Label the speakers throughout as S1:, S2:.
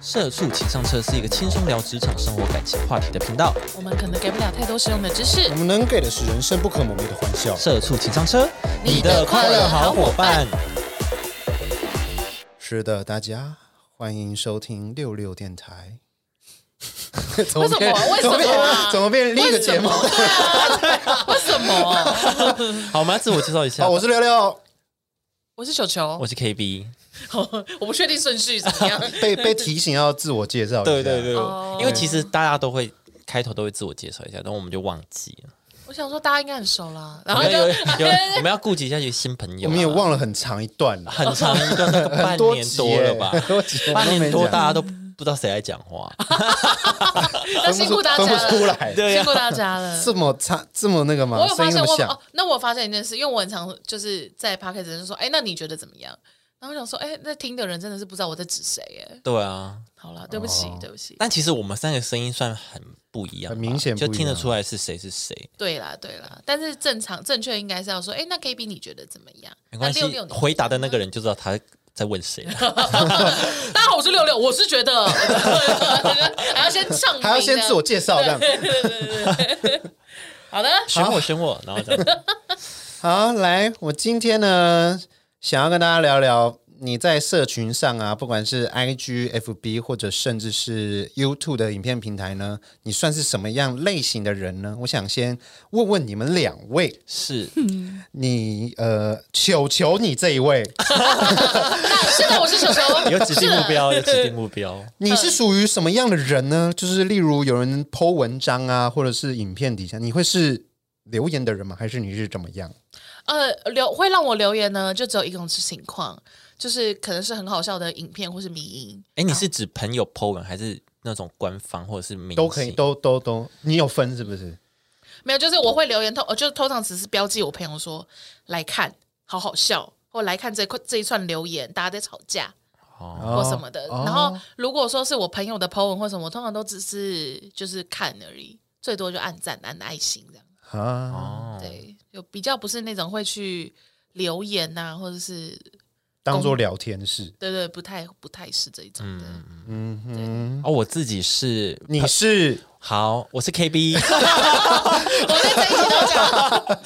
S1: 社畜请上车是一个轻松聊职场、生活、感情话题的频道。
S2: 我们可能给不了太多实用的知识
S3: 我。们能给的是人生不可磨灭的欢笑。
S1: 社畜请上车，
S2: 你的快乐好伙伴。
S3: 是的，大家欢迎收听六六电台。 怎
S2: 为
S3: 么
S2: 什
S3: 变
S2: 么？为什
S3: 怎么
S2: 么啊
S3: 变？怎么变另一个节目？
S2: 为什么对啊为什么？
S1: 好，我们要自我介绍一下。
S3: 哦好，我是六六，
S2: 我是球球
S1: 我，是 KB。
S2: 我 我不确定顺序怎么 样。
S3: 被被提醒要自我介绍一下。
S1: 对对对，啊
S2: 哦
S1: 因为其实大家都会开头都会自我介绍一下，然后我们就忘记了。
S2: 我想说大家应该很熟啦，然
S1: 我
S2: 后
S1: 们
S2: 就
S1: 有有，我们要顾及一下有新朋友啊。
S3: 我们也忘了很长一段了，
S1: 很长一段，大概半
S3: 多
S1: 年
S3: 集
S1: 多
S3: 耶
S1: 了吧？
S3: 多集我们都
S1: 半年
S3: 没
S1: 多，
S3: 讲
S1: 大家都不知道谁在讲话。
S2: 那辛苦大家
S3: 分不出
S2: 了，
S3: 来，
S1: 对
S2: 辛
S1: 呀，
S2: 苦大家了。
S3: 这么差，这么那个
S2: 我
S3: 吗？
S2: 有
S3: 声
S2: 发
S3: 音
S2: 现
S3: 那么
S2: 我
S3: 像
S2: 哦，，那我发现一件事，因为我很常就是在 p o d c a s t 就说，哎，那你觉得怎么样？然后我想说，哎，那听的人真的是不知道我在指谁耶。
S1: 对啊，
S2: 好
S3: 哦
S2: 了，对不起，对不起。
S1: 但其实我们三个声音算很不一样吧，
S3: 很明显不一
S1: 就
S3: 样
S1: 听得出来是谁是谁。
S2: 对啦，对啦，但是正常正确应该是要说，哎，那 KB 你觉得怎么样？
S1: 没关系
S2: 那66，你
S1: 回答的那个人就知道他在问谁 了。
S2: 大家好，我是六六，我是觉 得 还要先唱名，
S3: 还要先自我介绍这样。
S2: 好的，
S1: 选我，选我，然后 这样。
S3: 好，来，我今天呢，想要跟大家聊聊你在社群上啊，不管是 IG、FB 或者甚至是 YouTube 的影片平台呢，你算是什么样类型的人呢？我想先问问你们两位，
S1: 是
S3: 你呃，求求你这一位，
S2: 是的，我是球球，
S1: 有指定目 标，有指定
S2: 目
S1: 目标。
S3: 你是属于什么样的人呢？就是例如有人 Po 文章啊，或者是影片底下，你会是留言的人吗？还是你是怎么样？
S2: 呃，留会让我留言呢，就只有一种情况，就是可能是很好笑的影片或是迷音，
S1: 哎，你是指朋友 po 文，还是那种官方或者是明星
S3: 都可以，都都都，你有分是不是？
S2: 没有，就是我会留言通，呃，就是通常只是标记我朋友说来看，好好笑，或来看这块这一串留言，大家在吵架
S1: 哦
S2: 或什么的。
S3: 哦
S2: 然后如果说是我朋友的 po 文或什么，我通常都只是就是看而已，最多就按赞、按爱心这样。
S3: 啊。
S1: 哦，
S2: 对，有比较不是那种会去留言呐、或者是
S3: 当做聊天室。
S2: 对对，不太不太是这一种的。
S3: 嗯哼，
S1: 哦，我自己是
S3: 你是
S1: 好，我是 KB，
S2: 我在这一集都讲，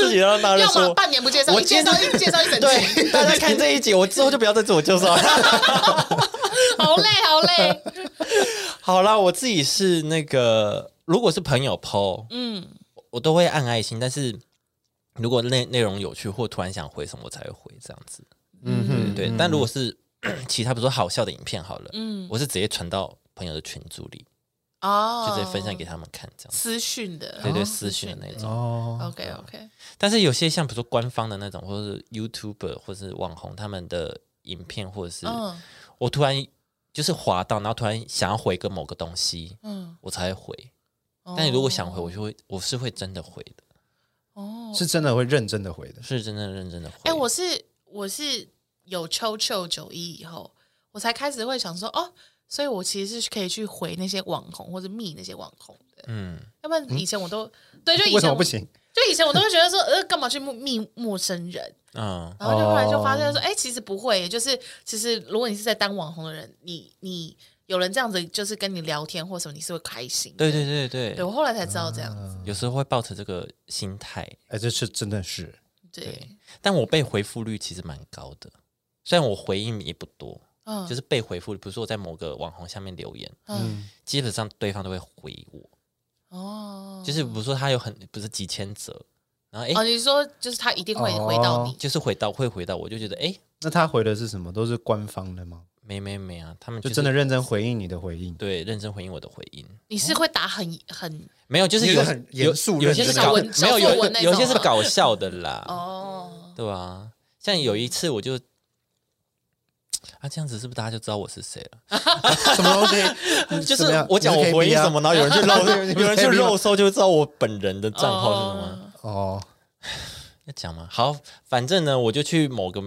S1: 自己要让大家
S2: 要么
S1: 说。
S2: 半年不介 绍，
S1: 我
S2: 一介
S1: 今天
S2: 绍一 介绍一整集，
S1: 对，大家看这一集，我之后就不要再自我介绍了。
S2: 好累好 累。
S1: 好啦，我自己是那个，如果是朋友 PO，
S2: 嗯，
S1: 我都会按爱心，但是如果内内容有趣或突然想回什么，我才会回这样子。
S3: 嗯哼
S1: 对，但如果是其他比如说好笑的影片好了，嗯，我是直接传到朋友的群组里，
S2: 哦，
S1: 就直接分享给他们看这样子。
S2: 私讯的，
S1: 对对，
S2: 哦
S1: 私讯的那。种。嗯
S3: 哦，
S2: OK OK，
S1: 但是有些像比如说官方的那种，或者是 YouTuber 或者是网红他们的影片，或者是
S2: 嗯
S1: 我突然就是滑到，然后突然想要回个某个东西，
S2: 嗯。
S1: 我才会回。
S2: 哦
S1: 但你如果想回，我就会，我是会真的回的，
S2: 哦，
S3: 是真的会认真的回的。
S1: 是真的认真的回。
S2: 哎、我是我是有秋秋九一以后，我才开始会想说，哦，所以我其实是可以去回那些网红或者密那些网红的，
S1: 嗯，
S2: 要不然以前我都、对，就以
S3: 为什
S2: 前
S3: 么
S2: 我
S3: 不？行？
S2: 就以前我都会觉得说，呃，干嘛去密陌生人？
S1: 嗯，
S2: 然后就后来就发现说，
S1: 哦
S2: 哎、其实不会，就是其实如果你是在当网红的人，你你有人这样子就是跟你聊天或什么，你是会开心的。
S1: 对啊对对对
S2: 对，我后来才知道这样子。
S1: 有时候会抱持这个心态，
S3: 哎，这是真的是
S2: 对，
S1: 但我被回复率其实蛮高的，虽然我回应也不多，
S2: 嗯，
S1: 就是被回复，比如说我在某个网红下面留言，
S2: 嗯
S1: 基本上对方都会回我，
S2: 哦，
S1: 就是比如说他有很不是几千则，然后诶，
S2: 哦，你说就是他一定会回到你，
S1: 就是回到会回到，我就觉得诶，
S3: 那他回的是什么？都是官方的吗？
S1: 没没没啊，他们
S3: 就是真的认真回应你的回应。
S1: 对认真回应我的回应，
S2: 你是会打很很
S1: 没有就是
S3: 你是
S1: 有
S3: 很
S1: 有
S3: 严肃
S1: 有些
S3: 认
S1: 是
S3: 真
S2: 的
S1: 搞
S2: 小文
S1: 没有
S2: 小作文
S1: 有
S2: 那
S1: 有些
S2: 种
S1: 是搞笑的啦，
S2: 哦，
S1: 对啊，像有一次我就。啊，这样子是不是大家就知道我是谁了？
S3: 什么东 西？嗯
S1: 就是
S3: 怎么样
S1: 我讲我回应什？么，然后有 人去
S3: 啊你是
S1: 肉，有人去
S3: KB 吗
S1: 肉搜，就会知道我本人的账号是什么。
S2: 哦
S3: 你是 KB 吗啊哦，
S1: 要讲吗？好，反正呢，我就去某个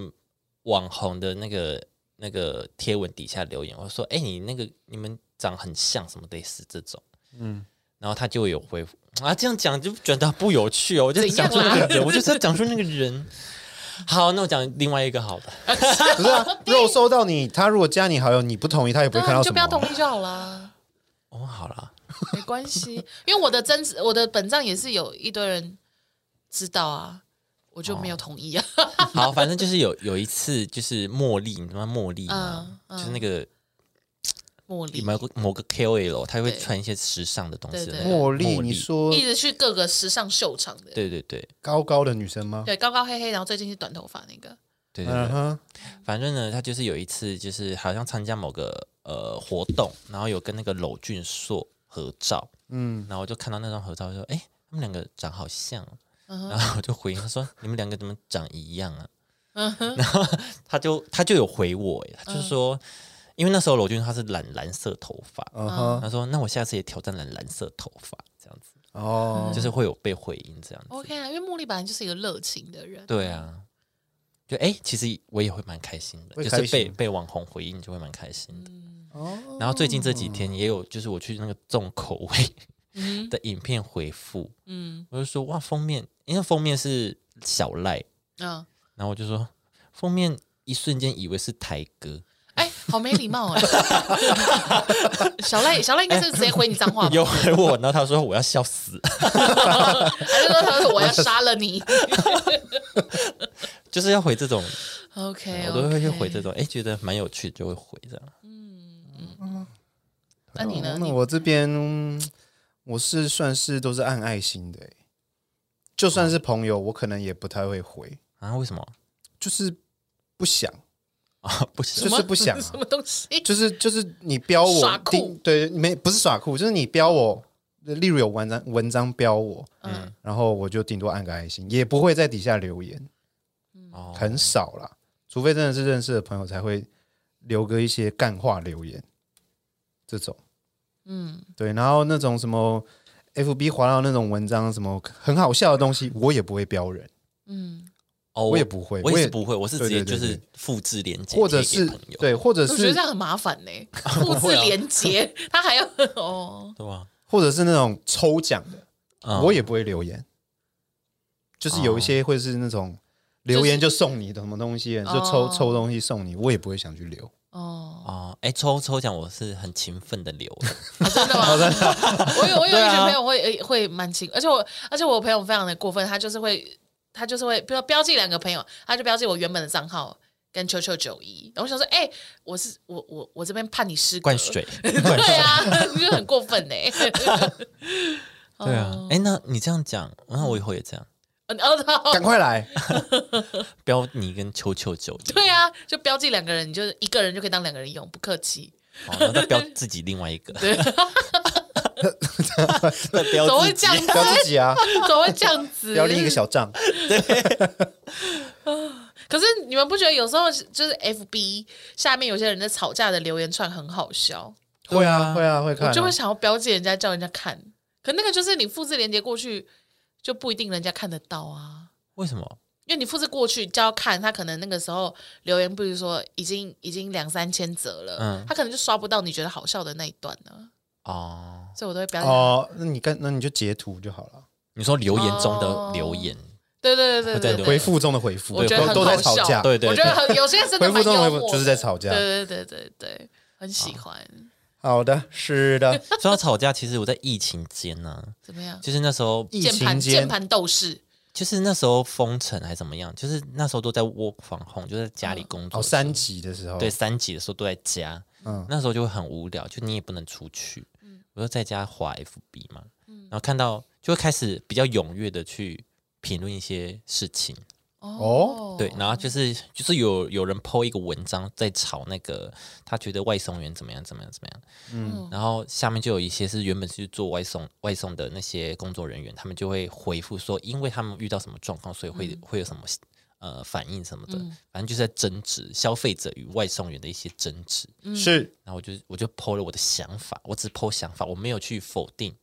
S1: 网红的那个那个贴文底下留言，我说：“哎、你那个你们长很像，什么类似这种。”嗯
S3: 嗯，
S1: 然后他就有回复啊，这样讲就觉得不有趣哦，我就
S2: 怎
S1: 讲
S2: 样
S1: 出那
S2: 啦
S1: 个人，我就是要讲出那个人。好，那我讲另外一个好的，
S3: 不是啊，肉收到你，他如果加你好友，你不同意，他也不会看
S2: 那
S3: 到
S2: 啊你就
S3: 什么。
S2: 不要同意就好啦，
S1: 哦，好啦，
S2: 没关系，因为我的真实我的本账也是有一堆人知道啊，我就
S1: 哦
S2: 没有同意啊。
S1: 好，反正就是有有一次就是茉莉，你知道茉莉
S3: 嗯
S1: 吗？就是那个
S2: 茉莉
S1: 某个某个 KOL，他会
S2: 对
S1: 穿一些时尚的东西的
S2: 对
S1: 那
S2: 对
S1: 个。
S3: 茉莉，你说
S2: 一直去各个时尚秀场的，
S1: 对对对
S3: 高高的女生吗？
S2: 对，高高黑黑，然后最近是短头发那个，
S1: 对对
S3: 嗯
S1: 对，
S3: 哼，
S1: 反正呢，他就是有一次就是好像参加某个呃活动，然后有跟那个娄俊硕合照，
S3: 嗯，
S1: 然后我就看到那张合照，就说：“哎、他们两个长好像。”哦
S2: 嗯
S1: 然后我就回应他说：“你们两个怎么长一样啊？”
S2: 嗯
S1: 然后他就他就有回我、诶他就说，因为那时候罗俊他是染蓝色头发，
S3: 嗯哼，
S1: 他说：“那我下次也挑战染蓝色头发，这样子
S3: 哦，
S1: 就是会有被回应这样子。
S2: OK 啊，因为茉莉本来就是一个热情的人，
S1: 对啊，就哎、诶其实我也会蛮开心的，
S3: 会
S1: 就是
S3: 开
S1: 被
S3: 心
S1: 被网红回应就会蛮开心的。
S2: 嗯
S3: 哦，
S1: 然后最近这几天也有，就是我去那个重口味
S2: 嗯
S1: 的影片回复，
S2: 嗯
S1: 我就说哇，封面，因为封面是小赖，
S2: 嗯，
S1: 然后我就说封面一瞬间以为是台哥，
S2: 哎，好没礼貌哎， 小赖小赖应该是直接回你脏话吧，
S1: 有回我，然后他说我要笑死，
S2: 还是说他说我要杀了你
S1: 就是要回这种，
S2: ？OK，
S1: 我都会去回这种，哎，觉得蛮有趣的就会回这样。
S2: 那你呢？
S3: 哦那
S2: 你
S3: 我这边嗯我是算是都是按爱心的欸，就算
S2: 哦
S3: 是朋友，我可能也不太会回，
S1: 啊，为什么
S3: 就是不想，
S1: 啊？不行
S3: 就，是不想啊，
S2: 什么东西？
S3: 就是就是你标我
S2: 耍酷
S3: 定对，没不是耍酷，就是你标我，例如有文章文章标我，
S2: 嗯
S3: 然后我就顶多按个爱心，也不会在底下留言，
S1: 哦
S3: 很少啦，除非真的是认识的朋友才会留个一些干话留言，这种。
S2: 嗯，
S3: 对，然后那种什么 FB 滑到那种文章，什么很好笑的东西，我也不会标人，
S2: 嗯，
S1: 哦，
S3: 我也不会，
S1: 我
S3: 我
S1: 也是不会，我是直
S3: 对
S1: 接
S3: 对对
S1: 就是
S3: 对
S1: 复制连接，
S3: 或者是
S1: 朋友，
S3: 对，或者
S2: 我觉得
S3: 是
S2: 这样很 麻烦呢，复制
S1: 啊
S2: 连接，他还要 哦，
S1: 对吧？
S3: 或者是那种抽奖的，
S1: 嗯哦
S3: 我也不会留言，就是有一些会是那种留言就送你的什么东西，就抽
S2: 哦
S3: 抽东西送你，我也不会想去留。
S2: 哦，
S1: 哦，哎，抽抽奖我是很勤奋的留的，
S2: 啊真的吗？
S3: 哦
S2: 我有我有一
S3: 啊
S2: 群朋友会呃会蛮勤，而且我而且我朋友非常的过分，他就是会他就是会标标记两个朋友，他就标记我原本的账号跟球球九一，然后我想说，哎、我是我我我这边判你失格
S1: 灌， 水，灌
S2: 对
S1: 水。
S2: 啊， 你就很过分呢、哦
S1: 对啊，哎，那你这样讲，那我以后也这样，
S2: 嗯哦，
S3: 赶快来，
S1: 标你跟球球九，
S2: 对啊，就标记两个人，你就是一个人就可以当两个人用，不客气。
S1: 哦然后再标自己另外一个，
S2: 对，
S1: 再标
S2: 怎
S1: 自
S2: 么
S1: 己
S2: 会这样子？
S3: 标自己 啊，
S2: 怎么会这样子？
S3: 标另一个小账，
S2: 可是你们不觉得有时候就是 F B 下面有些人在吵架的留言串很好笑，
S3: 会啊会啊会看
S2: 我
S3: 啊，
S2: 就会想要标记人家叫人家看，可那个就是你复制连接过去就不一定人家看得到啊，
S1: 为什么？
S2: 因为你复制过去叫他看，他可能那个时候留言，比如说已经已经两三千则了，
S1: 嗯
S2: 他可能就刷不到你觉得好笑的那一段呢，
S1: 哦，
S2: 所以我都会标记。
S3: 哦，那你干那你就截图就好了，
S1: 你说留言中的
S2: 哦
S1: 留言，
S2: 对对对对
S1: 对
S2: 对
S3: 回复中的回复，
S2: 我觉得
S3: 都
S2: 很
S3: 都在
S2: 好
S3: 吵
S2: 笑，
S3: 架，
S1: 对
S2: 我觉得很有些真的
S3: 回复
S2: 蛮
S3: 中
S2: 幽
S3: 的回
S2: 默的，
S3: 复就是在吵架。
S2: 对对对对对，很喜欢，
S3: 好的，是的，
S1: 说到吵架，其实我在疫情间呢、
S2: 怎么样？
S1: 就是那时候，
S3: 疫
S2: 键
S3: 情
S2: 盘键
S3: 间
S2: 盘斗士，
S1: 就是那时候封城还怎么样，就是那时候都在 work from home，就在家里工作。
S3: 哦，三级的时候，
S1: 对，三级的时候都在家，
S3: 嗯
S1: 那时候就会很无聊，就你也不能出去，我就在家滑 FB 嘛，然后看到就会开始比较踊跃的去评论一些事情，
S3: 哦
S1: 对，然后就是就是有有人 PO 一个文章在吵那个他觉得外送员怎么样怎么样怎么样，嗯，然后下面就有一些是原本是做外送外送的那些工作人员，他们就会回复说，因为他们遇到什么状况，所以
S3: 嗯
S1: 会、会有什么呃反应什么的，反正就是在争执消费者与外送员的一些争执。
S3: 是
S1: 然后我就我就 PO 了我的想法，我只 PO 想法，我没有去否定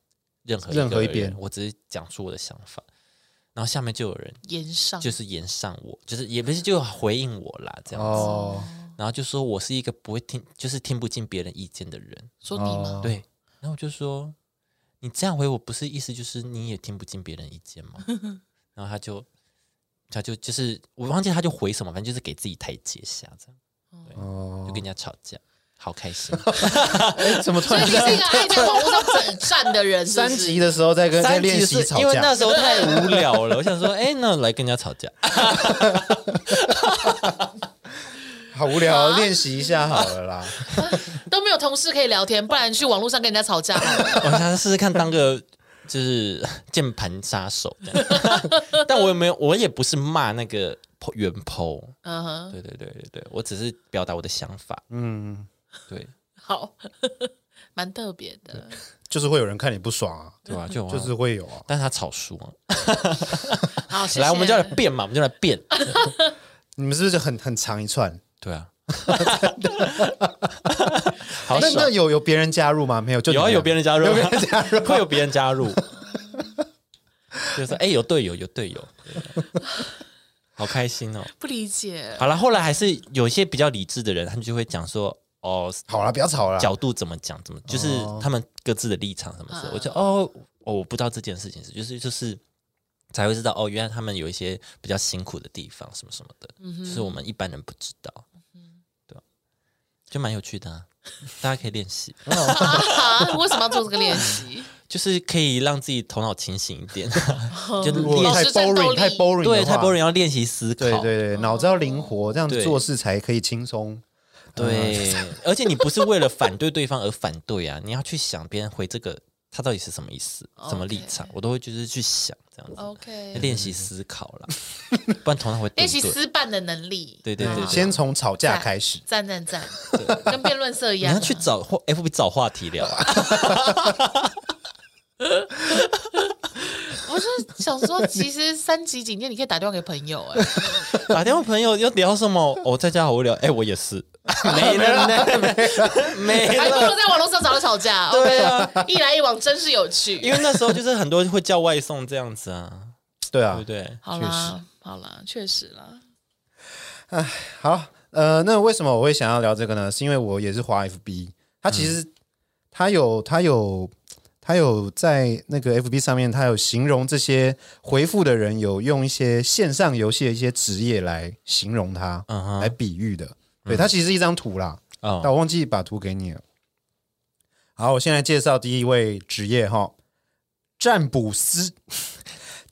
S1: 任何
S3: 任何一
S1: 一个
S3: 边
S1: 人，我只是讲出我的想法，然后下面就有人。
S2: 延
S3: 嗯
S2: 上
S1: 就是延上我，就是也不是就回应我啦，这样子，
S3: 哦，
S1: 然后就说我是一个不会听，就是听不进别人意见的人，
S2: 说你
S3: 哦
S2: 吗？
S1: 对，然后我就说 你这样回我不是意思就是你也听不进别人意见吗？然后他就他就就是我忘记他就回什么，反正就是给自己台阶下，这样
S3: 哦
S1: 就，跟人家吵架，好开 心。
S3: 哎，怎么突
S2: 所以
S3: 然
S2: 你啊是一
S3: 在
S2: 个 爱在网络上整战的人，是
S3: 三
S2: 不是
S3: 级的时候在跟在
S1: 三
S3: 练
S1: 集
S3: 习
S1: 是
S3: 吵
S1: 因为那
S3: 架？
S1: 时候太无聊了，我想说，哎、那来跟人家吵架。
S3: 好无
S1: 啊
S3: 聊，练习一下好了 啦。
S2: 都没有同事可以聊天，不然去网络上跟人家吵架好了。
S1: 我想试试看当个就是键盘杀手这样，但我也没有，我也不是骂那个 po- 原 PO，
S2: 嗯哼，
S1: 对对对对对，我只是表达我的想法，
S3: 嗯，
S1: 对
S2: 好， 蛮特别的。
S3: 就是会有人看你不爽啊，
S1: 对吧、就
S3: 就是，会有啊。
S1: 但是他草书啊，
S2: 好，谢谢
S1: 来，我们就来变嘛，我们就来 变，
S3: 你们是不是很很长一串？
S1: 对 啊，好
S3: 那
S1: 爽
S3: 那，有有别人加入吗？没有，就
S1: 有啊，有别
S3: 人
S1: 人加入，
S3: 有别人加入
S1: 会有别人加入，就是哎、有队友，有队友，对啊好开心哦。
S2: 不理解。
S1: 好了，后来还是有一些比较理智的人，他们就会讲说，哦，
S3: 好了，不要吵了。
S1: 角度怎么讲，怎么就是
S3: 哦
S1: 他们各自的立场什么
S3: 嗯
S1: 事。我就哦，哦，我不知道这件事情是，就是就是才会知道哦，原来他们有一些比较辛苦的地方，什么什么的，
S3: 嗯
S1: 就是我们一般人不知道，对啊就蛮有趣的、啊，大家可以练习，
S2: 啊，为什么要做这个练习？
S1: 就是可以让自己头脑清醒一 点，就
S3: 如果
S1: 练
S3: 太
S2: 老师战斗
S3: boring
S2: 力
S3: 太 boring
S1: 对
S3: 的话
S1: 太多人要练习思考，
S3: 对对对，脑子要灵活，这样子
S1: 对
S3: 做事才可以轻松。
S1: 对，而且你不是为了反对对方而反对啊，你要去想别人回这个他到底是什么意思、什么立场，我都会就是去想这样子
S2: OK，
S1: 练习思考啦， 不然头脑会
S2: 哦练
S1: 顿
S2: 习
S1: 顿。
S2: 私办的能力。
S1: 对对对，对
S3: 先从吵架开始。
S2: 赞赞赞，跟辩论社一
S1: 你
S2: 样
S1: 要
S2: 啊。
S1: 去找或 FB 找话题聊啊，
S2: 我就想说，其实三级警戒你可以打电话给朋友哎、
S1: 打电话朋友要聊什么？我在家好无聊，哎，我也是，没了没了没
S2: 还不
S1: 了。
S2: 如在网络上找人吵架。
S1: 对啊，
S2: 一来一往真是有趣
S1: 因。为那时候就是很多会叫外送这样子啊，
S3: 对
S1: 对
S3: 啊
S1: 不，对？
S2: 好啦，好啦，确实啦。
S3: 好，呃，那为什么我会想要聊这个呢？是因为我也是滑 FB，它其
S1: 嗯
S3: 实它有它有它有在那个 FB 上面，它有形容这些回复的人有用一些线上游戏的一些职业来形容它，
S1: 嗯哼嗯
S3: 来比喻的。对，它其实是一张图啦，但
S1: 哦，
S3: 我忘记把图给你了。好，我现在介绍第一位职业哈，占卜师，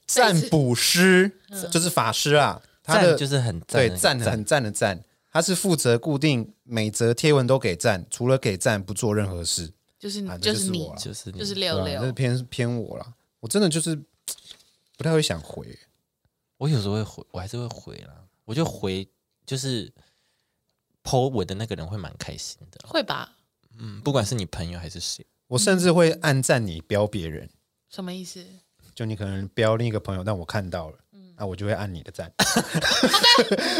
S3: 占卜师就是法师啊，他的
S1: 赞就是很赞的
S3: 对
S1: 那个
S3: 赞很赞的赞，他是负责固定每则贴文都给赞，除了给赞不做任何事，
S2: 就是你、
S3: 啊这
S2: 就
S3: 就是
S2: 是你
S3: 我，啦
S1: 就是你
S2: 就是
S3: 对啊
S2: 六
S3: 吧？这是
S2: 六。
S3: 偏偏我啦，我真的就是不太会想回，
S1: 我有时候会回，我还是会回啦。我就回，就是剖文的那个人会蛮开心的。
S2: 会吧？
S1: 嗯，不管是你朋友还是谁，
S3: 我甚至会暗赞你标别人，
S2: 什么意思？
S3: 就你可能标另一个朋友，但我看到了，
S2: 嗯
S3: 那我就会按你的 赞，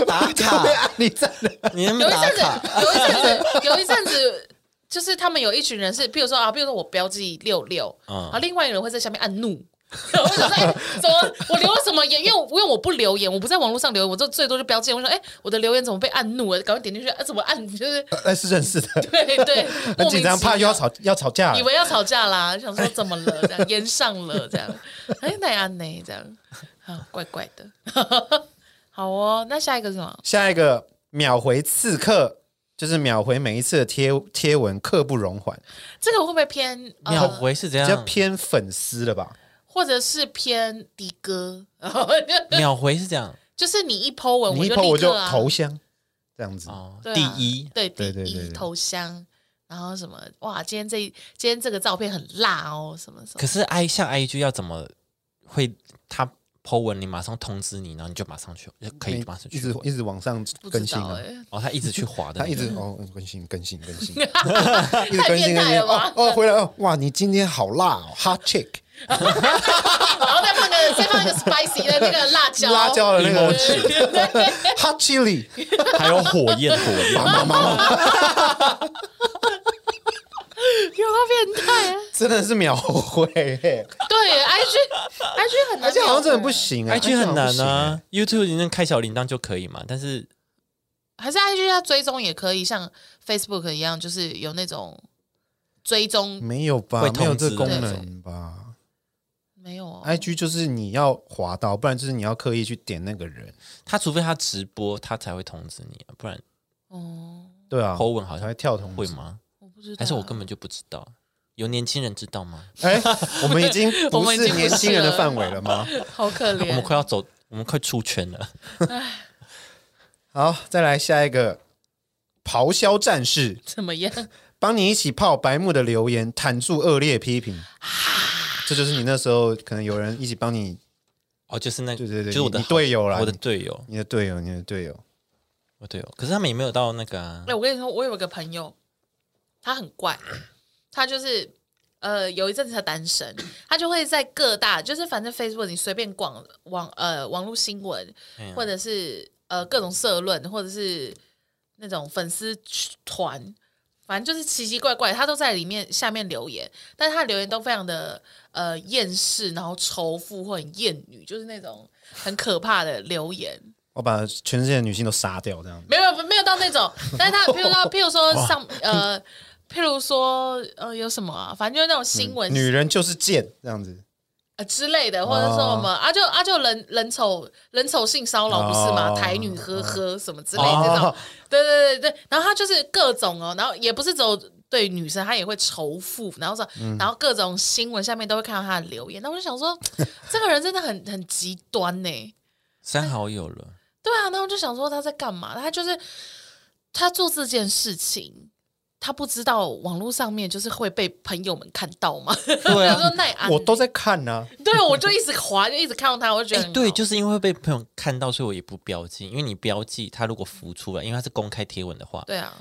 S1: 打
S3: 就会，按你赞的。
S1: 啊你能
S2: 有一
S1: 打
S2: 阵子
S1: 卡？，
S2: 有一阵子，有一阵子，就是他们有一群人是，比如说啊，比如说我标记六六，
S1: 嗯
S2: 然后另外一个人会在下面按怒。 我想说，哎、怎么我留了什么言？因为我因为我不留言，我不在网络上留言，我就最多就标记。我说，哎、我的留言怎么被按怒了？赶快点进去，啊，怎么按？ 就是
S3: 哎，是认识的，
S2: 对对，
S3: 很
S2: 莫名
S3: 紧张，
S2: 其妙
S3: 怕又要，吵要吵架
S2: 以
S3: 了。
S2: 为要吵架啦，想说怎么了？这样延上了，这样，哎，那也按呢？这样，啊，怪怪的。 好哦，那下一个是什么？
S3: 下一个秒回刺客，就是秒回每一次的贴贴文，刻不容缓，
S2: 这个会不会偏呃
S1: 秒回是怎
S3: 比较
S1: 样？
S3: 偏粉丝了吧？
S2: 或者是偏的哥，
S1: 秒回是这样
S2: 就是你一 Po 文，
S3: 你一
S2: 就
S3: 抛我
S2: 立
S3: 就
S2: 刻啊，
S3: 投降，这样子。
S1: 哦。
S2: 对
S1: 第
S2: 啊
S1: 一，
S2: 对
S3: 对
S2: 第
S3: 对对
S2: 一
S3: 对
S2: 头像，然后什么哇，今天这今天这个照片很辣哦，什么什
S1: 可
S2: 么，
S1: 是 I 像 IG 要怎么会他剖文，你马上通知你，然后你就马上去，就可以马上去
S3: 一直
S1: 回
S3: 一直往上
S2: 不
S3: 更
S2: 知
S3: 新
S2: 道
S3: 啊
S2: 哎、，
S1: 哦，他一直去滑的那
S3: 他
S1: 个，
S3: 一 直哦更新更新更 新，一直 更新
S2: 哎变
S3: 更
S2: 态
S3: 新
S2: 了
S3: 哦
S2: 吧
S3: 哦回来哦哇你今天好辣哦，hot chick
S2: 然后再放个再放一个 spicy 的那个辣椒，
S3: 辣椒的那个 hot chili，
S1: 还有火焰，火 焰，
S3: 妈妈妈妈
S2: 有个变态啊，
S3: 真的是秒回欸，
S2: 对，IG IG 很难，
S3: 而且好像真的不，行啊
S1: IG 很
S3: 好像
S1: 难
S3: 不行欸
S1: 啊。YouTube 你能开小铃铛就可以嘛，但是
S2: 还是 IG 要追踪也可以，像 Facebook 一样，就是有那种追踪
S3: 没有吧
S1: 会？
S3: 没有
S1: 通
S3: 这
S1: 知
S3: 功
S2: 那种
S3: 能吧？
S2: 没有哦，
S3: IG 就是你要滑到，不然就是你要刻意去点那个人。
S1: 他除非他直播，他才会通知你啊，不然
S2: 哦，
S3: 对啊，
S1: po 文好
S3: 才
S1: 像
S3: 会跳通
S1: 会
S3: 知？
S1: 吗？
S2: 我不知道，
S1: 还是我根本就不知道？有年轻人知道吗？
S3: 哎，我们已经
S2: 我
S3: 不
S2: 们已
S3: 是
S2: 经不
S3: 年轻
S2: 是
S3: 人的
S2: 了
S3: 范围了吗？
S2: 好可
S1: 我们
S2: 怜，
S1: 快要走，我们快出圈了。
S3: 好，再来下一个，咆哮战士
S2: 怎么样？
S3: 帮你一起泡白目的留言，袒住恶劣批评。这就是你那时候可能有人一起帮你，
S1: 哦，就是那个，
S3: 对对对
S1: 就是我的
S3: 你你队友啦
S1: 我的
S3: 你
S1: 队友，
S3: 你的队友，你的队友，
S1: 我队友。可是他们也没有到那个、啊
S2: 哎、，我跟你说，我有一个朋友，他很怪，他就是呃有一阵子他单身，他就会在各大就是反正 Facebook 你随便逛网呃网络新闻，
S1: 嗯
S2: 或者是呃各种社论，或者是那种粉丝团。反正就是奇奇怪怪，他都在里面下面留言，但是他的留言都非常的呃厌世，然后仇富或很厌女，就是那种很可怕的留言。
S3: 我把全世界的女性都杀掉，这样子。
S2: 没有没有到那 种，但是他譬如说譬如说上呃，譬如说呃有什么啊，反正就是那种新闻、
S3: 女人就是贱，这样子。
S2: 呃之类的，或者说
S3: 哦
S2: 什么、啊就啊就人人丑人丑性骚扰不是吗？
S3: 哦
S2: 台女呵呵什么之类的这种，
S3: 哦，
S2: 对对对对，然后他就是各种哦，然后也不是只有对女生，他也会仇富，然后说，
S3: 嗯
S2: 然后各种新闻下面都会看到他的留言，那我就想 说，这个人真的很很极端欸呢、
S1: 删好友了，
S2: 对啊，那我就想说他在干嘛？他就是他做这件事情，他不知道网络上面就是会被朋友们看到吗？
S1: 对啊
S2: 我说耐安，
S3: 我都在看啊呢、
S2: 对，我就一直滑，就一直看到他，我就觉
S1: 哎、
S2: 得很好、
S1: 对，就是因为会被朋友看到，所以我也不标记。因为你标记，他如果浮出来，因为他是公开贴文的话，
S2: 对啊，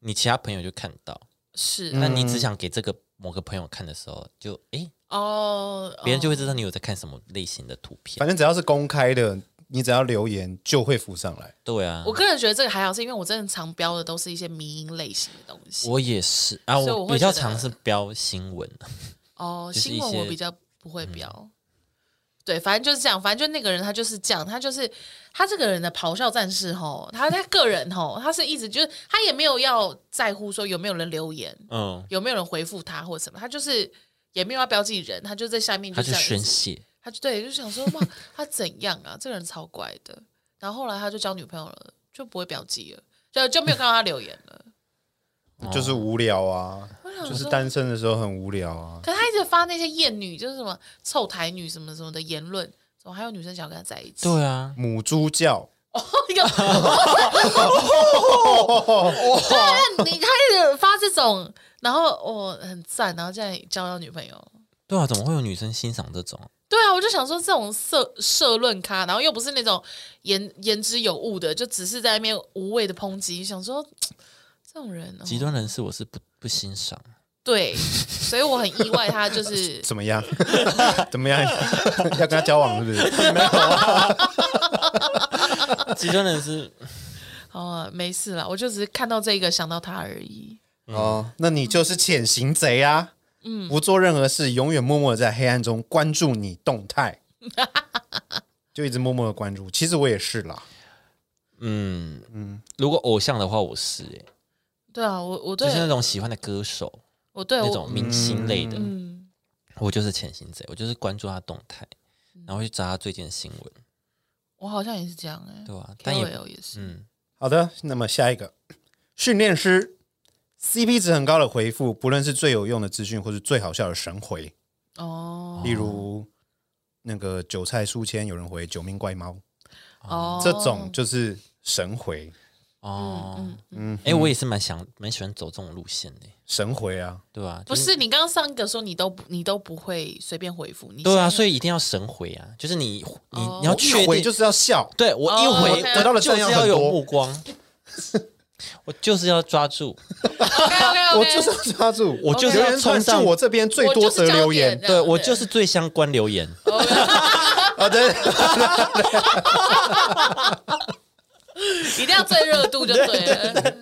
S1: 你其他朋友就看到。
S2: 是
S3: 嗯
S1: 那
S2: 啊
S1: 你只想给这个某个朋友看的时候，就哎，
S2: 哦，
S1: 别人就
S2: 哦
S1: 会知道你有在看什么类型的图片
S3: 反。正只要是公开的，你只要留言就会浮上来。
S1: 对啊，
S2: 哦我个人觉得这个还好，是因为我真的常标的都是一些迷因类型的东西。
S1: 我也是啊，
S2: 所以我
S1: 我
S2: 会
S1: 比较
S2: 觉得
S1: 常是标新闻，
S2: 哦，
S1: 就是
S2: 新
S1: 一
S2: 闻我
S1: 些嗯
S2: 比较不会标。对，反正就是这样，反正就那个人他就是这样，他就是他这个人的咆哮战士吼，他他个人吼，他是一直就是他也没有要在乎说有没有人留言，
S1: 嗯，
S2: 有没有人回复他或什么，他就是也没有要标记人，他就在下面
S1: 他
S2: 这
S1: 就
S2: 样
S1: 宣
S2: 一直
S1: 泄，
S2: 他就对就想说哇，他怎样啊？这个人超怪的。然后后来他就交女朋友了，就不会标记了，就就没有看到他留言了。
S1: 哦
S3: 就是无聊啊，
S2: 想
S3: 就是
S2: 说
S3: 单身的时候很无聊啊。
S2: 可是他一直发那些艳女，就是什么臭台女什么什么的言论，怎么还有女生想跟他在一起？
S1: 对啊，
S3: 母猪教，
S2: 有，对，你开始发这种，然后我很赞，然后这样交到女朋友。
S1: 对啊，怎么会有女生欣赏这种？
S2: 对啊，我就想说这种社社论咖，然后又不是那种言言之有物的，就只是在那边无谓的抨击，想说嘖这种人、哦、
S1: 极端人士我是不不欣赏，
S2: 对，所以我很意外，他就是
S3: 怎么样？ 怎么样？ 要跟他交往是不是？
S1: 极端人士
S2: 好啊，没事啦，我就只是看到这个想到他而已。
S3: 哦，那你就是潜行贼啊！嗯，不做任何事，永远默默的在黑暗中关注你动态，就一直默默的关注。其实我也是啦，
S1: 嗯嗯，如果偶像的话，我是哎、
S2: 对啊，我我对
S1: 就是那种喜欢的歌手，
S2: 我对
S1: 那
S2: 我
S1: 种明星类的，
S2: 嗯，
S1: 我就是潜行贼，我就是关注他动态，然后去查他最近的新闻，
S2: 我好像也是这样哎、
S1: 对啊，但
S2: k
S1: 也
S2: o l 也是，
S1: 嗯，
S3: 好的，那么下一个训练师，CP 值很高的回复，不论是最有用的资讯，或是最好笑的神回，
S2: 哦，
S3: 例如那个韭菜书签，有人回九命怪猫，
S2: 哦，
S3: 这种就是神回，
S1: 哦，
S2: 嗯，嗯
S3: 嗯，
S1: 哎、我也是蛮想蛮喜欢走这种路线的，欸
S3: 神回啊，
S1: 对啊，
S2: 不
S1: 就是
S2: 你刚刚上一个说你都不你都不会随便回复，你
S1: 对啊，
S2: 现在
S1: 所以一定要神回啊，就是你你
S2: 哦
S1: 你要
S3: 一
S1: 确
S3: 回
S1: 定，
S3: 就是要笑，
S1: 对我一
S2: 哦
S1: 回
S2: ，OK，OK
S1: 我
S3: 得到的
S1: 就
S3: 赞
S1: 是
S3: 要
S1: 要
S3: 很
S1: 有
S3: 多
S1: 目 光，我就是要抓住，
S2: OK，OK，OK
S3: 我就是要抓住，
S1: 我就是
S3: 留
S1: 要
S3: 言
S1: 冲
S3: 串是
S1: 上
S3: 我这边最多则留言，
S1: 对我就是最相关留言，
S3: 哦好的，
S2: 一定要最热度就对 了。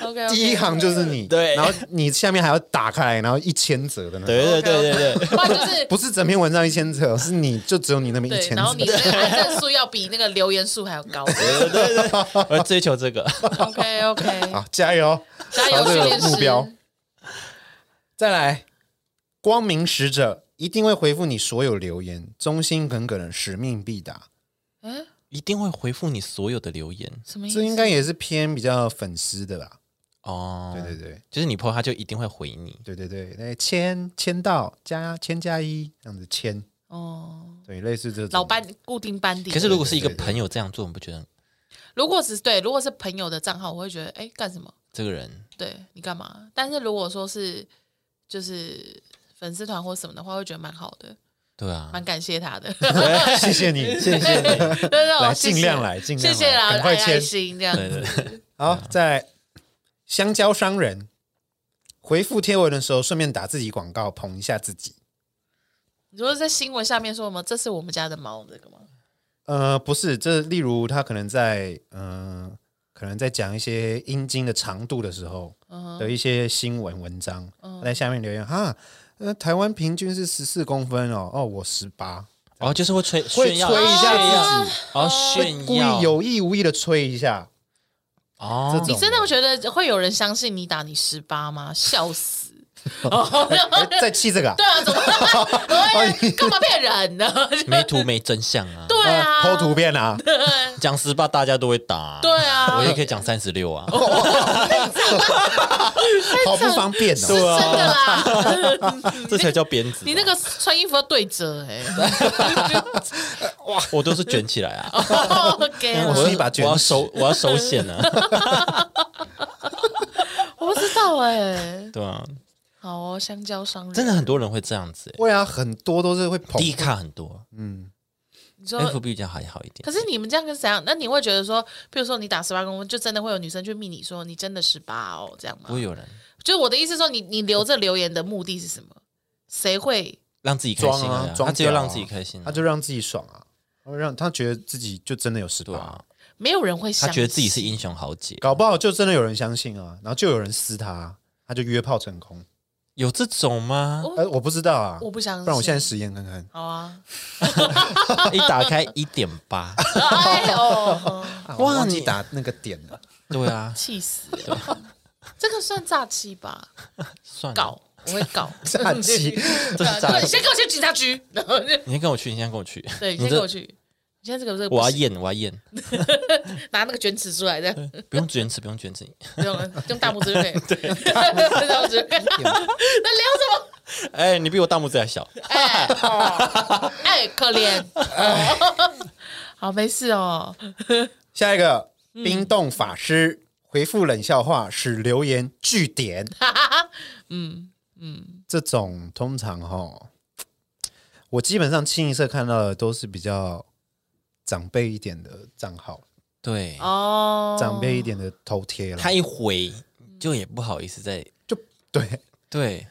S2: OK，
S3: 第一行就是你，
S1: 对
S3: 然后你下面还要打开来，然后一千则的呢，
S1: 对对对对对，
S2: 不然就是
S3: 不是整篇文章一千则，是你就只有你那么一
S2: 对，
S3: 千
S2: 然后
S3: 则
S2: 你，那个按赞数要比那个留言数还要 高。
S1: 我要追求这个，
S2: OK OK，
S3: 好，加油，
S2: 加
S3: 朝
S2: 油
S3: 这
S2: 训
S3: 个
S2: 练师
S3: 目标。再来，光明使者一定会回复你所有留言，忠心耿耿的，使命必达。
S2: 嗯，
S1: 一定会回复你所有的留言
S2: 什么意思？
S3: 这应该也是偏比较粉丝的吧？
S1: 哦。
S3: 对对，对
S1: 就是你 PO 他就一定会回你。
S3: 对对对，那签签到加签加一这样子签，
S2: 哦，
S3: 对，类似这种
S2: 老班固定班底。
S1: 可是如果
S3: 对
S1: 是一个
S3: 对对
S1: 朋友这样做，你不觉得
S2: 如果是对，如果是朋友的账号，我会觉得哎干什么？
S1: 这个人
S2: 对你干嘛？但是如果说是就是粉丝团或什么的话，会觉得蛮好的，
S1: 对啊？
S2: 蛮感谢他 的。
S3: 谢谢你，谢谢你。
S2: 对对，
S3: 来
S2: 我哦谢谢
S3: 尽量来尽量来
S2: 谢谢啦，
S3: 赶快
S2: 爱
S3: 签
S2: 爱心 这样
S1: 对对
S2: 子。
S1: 对，
S3: 好，再来香蕉商人回复贴文的时候，顺便打自己广告，捧一下自己。
S2: 你说在新闻下面说什么？这是我们家的猫，这个吗？
S3: 呃，不是，这例如他可能在嗯、呃可能在讲一些阴茎的长度的时候
S2: 嗯哼
S3: 的一些新闻文章，
S2: 嗯
S3: 他在下面留言哈，呃，台湾平均是十四公分哦，哦，我十八，
S1: 哦，就是会吹
S3: 啊
S1: 炫
S3: 会吹一
S1: 耀
S3: 下自己，啊
S1: 哦，
S3: 会
S1: 炫
S3: 故
S1: 耀
S3: 意有意无意的吹一下，
S1: 哦，
S3: 这
S2: 你
S3: 种
S2: 真的觉得会有人相信你打你十八吗？笑 死！哦
S3: 哎在气这个、啊
S2: 对，啊，怎么 怎么
S3: 哎
S2: 会干嘛骗人呢？
S1: 没图没真相啊。
S2: 对啊，
S3: 偷图 片啊，
S1: 讲十八大家都会打、
S2: 对啊
S1: 我也可以讲三十六啊。
S3: 哦好不方便
S2: 是啊真
S3: 哦。
S2: 的啦。
S1: 这才叫编子。啊
S2: 你那个穿衣服要对折哎、
S1: 我都是卷起来
S2: 哦
S1: 啊，
S2: OK
S3: 我
S2: 啦
S3: 是一把卷
S1: 我要
S3: 尺
S1: 手我要手写 呢，
S2: 我不知道哎、
S1: 对啊，
S2: 好哦，香蕉商人
S1: 真的，很多人会这样子、欸，
S3: 对啊，很多都是会捧
S1: 低卡很多
S2: 你说。
S1: ，FB 比较还好一点。
S2: 啊可是你们这样跟怎样？那你会觉得说，譬如说你打十八公分，就真的会有女生去密你说你真的十八哦，这样吗
S1: 不？会有人
S2: 就我的意思是说你，你留着留言的目的是什么？谁会？
S1: 让自己开心
S3: 装啊
S1: 而已
S3: 装
S1: 他只有
S3: 屌啊
S1: 让自己开心啊、
S3: 他就让自己爽啊，他让他觉得自己就真的有十
S1: 对
S3: 八，
S1: 啊，
S2: 没有人会
S1: 他
S2: 想，
S1: 觉得自己是英雄豪杰，
S3: 搞不好就真的有人相信啊，然后就有人撕他，啊他就约炮成功。
S1: 有这种吗？
S2: 哦
S3: 呃，我不知道啊，
S2: 我不相信。
S3: 不然我现在实验看看。
S2: 好啊，
S1: 一打开一点八，
S2: 哎哦，
S3: 啊我忘记
S1: 你
S3: 打那个点了，
S1: 对啊，
S2: 气死了！这个算诈欺吧？
S1: 算了，
S2: 搞，我会搞
S3: 炸 鸡。
S1: 这是诈
S2: 对，你
S1: 欺。
S2: 先跟我去警察局，然后就
S1: 你先跟我去，你先跟我去，
S2: 对，你
S1: 你
S2: 先跟我
S1: 这
S2: 去。你现在这个这个 不
S1: 我要
S2: 行
S1: 验，我要验，
S2: 拿那个卷尺出来的，
S1: 不用卷尺，不用卷尺。
S2: 不用了，用大拇指就可以。对，大拇 指。那聊什么？
S1: 哎、你比我大拇指还小，
S2: 哎，哦哎，可 怜。
S3: 哎
S2: 哦 好，没事哦。
S3: 下一个
S1: 嗯
S3: 冰冻法师回复冷笑话，使留言 据点。
S2: 嗯，
S3: 这种通常哈，我基本上清一色看到的都是比较长辈一点的账号，
S1: 对，
S2: 哦，
S3: 长辈一点的头贴了
S1: 他，一回就也不好意思再
S3: 就对，
S1: 对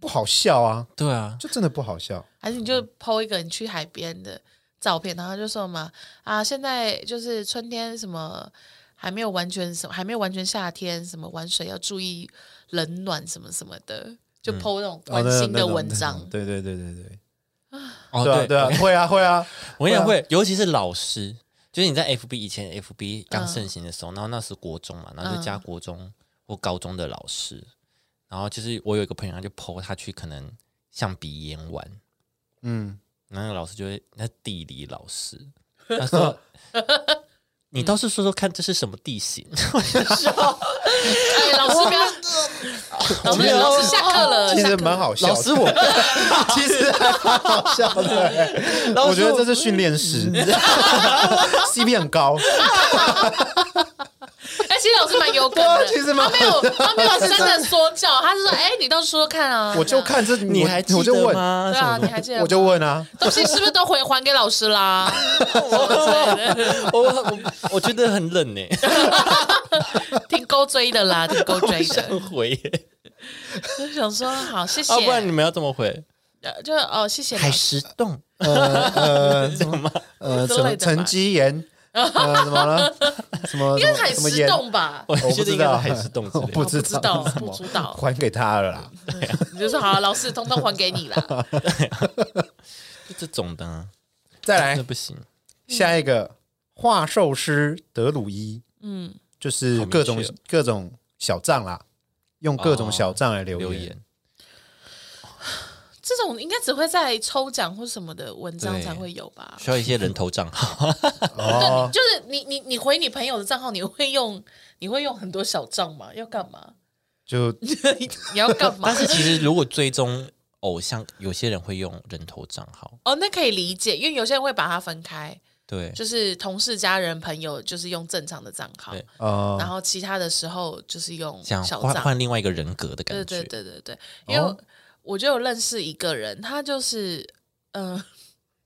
S3: 不好笑啊，
S1: 对啊，
S3: 就真的不好笑。
S2: 还是你就抛一个你去海边的照片，然后就说嘛啊，现在就是春天什么。还没有完全什么，还没有完全夏天，什么玩水要注意冷暖什么什么的，就剖那种
S3: 哦
S2: 关
S3: 那
S2: 心
S3: 那
S2: 的
S3: 种
S2: 文
S3: 那种
S2: 章。
S3: 对对对对对，
S1: 哦
S3: 对啊对啊，会啊会啊，
S1: 我跟你讲
S3: 会
S1: 会，尤其是老师，就是你在 FB 以前 FB
S3: 嗯
S1: 刚盛行的时候，然后那是国中嘛，然后就加国中或高中的老师，然后就是我有一个朋友，他就 PO 他去可能象鼻炎玩，
S3: 嗯，
S1: 然后那个老师就会，那地理老师，他 说。你倒是说说看，这是什么地形？
S2: 哎，老师不要， 老师老师下课了，
S3: 其
S2: 下
S3: 实
S2: 课
S3: 蛮好笑
S1: 老
S3: 的，
S1: 师我，
S3: 其实还蛮好笑的。
S1: 老师
S3: 我觉得这是训练 师，CP 很高，
S2: 哎，其实老师蛮有梗的，
S3: 啊其实蛮
S2: 他没有他没有真的说教，他是说，哎，你倒是说说看啊，
S3: 我就看这，
S1: 你还记
S3: 我就
S1: 得
S3: 问，
S1: 吗？
S2: 对
S1: 什
S2: 啊，
S1: 么
S2: 你
S1: 的
S2: 还记得吗
S3: 我就问啊，
S2: 东西是不是都回还给老师 啦？
S1: 我我我觉得很冷呢，
S2: 挺勾追的啦，挺勾追的。
S1: 回 耶，啊
S2: 就想说好，谢谢
S3: 啊
S1: 要。不然你们要怎么回？
S2: 呃就哦，谢谢老
S1: 海
S2: 师。
S1: 石洞，
S3: 呃呃，什么
S1: 吗
S3: 呃，
S2: 之
S3: 什么
S2: 类的吧
S3: 沉积岩，呃，什 么了？什么
S2: 应该是海
S3: 什么
S2: 石
S3: 岩？
S2: 洞吧？哦
S1: 我
S3: 我不
S1: 觉得
S3: 知
S1: 应该是
S3: 道，
S1: 海石洞之
S3: 我
S1: 类
S3: 不
S1: 的。
S3: 知
S2: 不知道
S3: 道，什么
S2: 不知道
S3: 还给他了啦。
S2: 你就说好，啊老师通通还给你啦。
S1: 就这种的啊，
S3: 再
S1: 那
S2: 嗯
S3: 来
S1: 不行。
S3: 下一个画寿司德鲁伊，
S2: 嗯，
S3: 就是
S1: 好明
S3: 各种
S1: 确哦
S3: 各种小账啦，用各种
S1: 哦
S3: 小账来
S1: 留
S3: 留言。
S1: 言
S2: 这这种应该只会在抽奖或什么的文章才会有吧？
S1: 需要一些人头 账号，
S3: 哦，
S2: 就是你你你回你朋友的账号，你会用你会用很多小账吗？要干嘛？
S3: 就
S2: 你要干 嘛
S1: 但？是其实如果追踪偶像，有些人会用人头账号，
S2: 哦，那可以理解，因为有些人会把它分开，
S1: 对，
S2: 就是同事、家人、朋友，就是用正常的账号，
S1: 对
S3: 哦
S2: 然后其他的时候就是用
S1: 这样
S2: 小
S1: 换
S2: 账。
S1: 换另外一个人格的感
S2: 对
S1: 觉，哦
S2: 对对对对，因为我,、就有认识一个人，他就是嗯、呃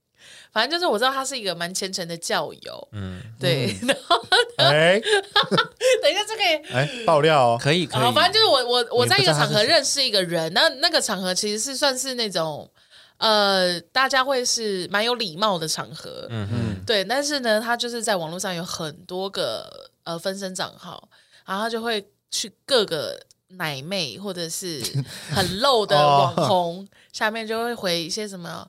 S2: 反正就是我知道他是一个蛮虔诚的教友，
S1: 嗯，
S2: 对。然后
S3: 哎
S2: 等一下，这个也
S3: 哎，爆料哦，
S1: 可以可
S2: 好，
S1: 以，
S2: 反正就是我我我在一个场
S1: 你不知道他
S2: 合
S1: 是谁
S2: 认识一个人，那那个场合其实是算是那种呃，大家会是蛮有礼貌的场合，
S1: 嗯嗯，
S2: 对。但是呢，他就是在网络上有很多个呃分身账号，然后他就会去各个。奶妹或者 是很露的
S1: 哦
S2: 网红，下面就会回一些什么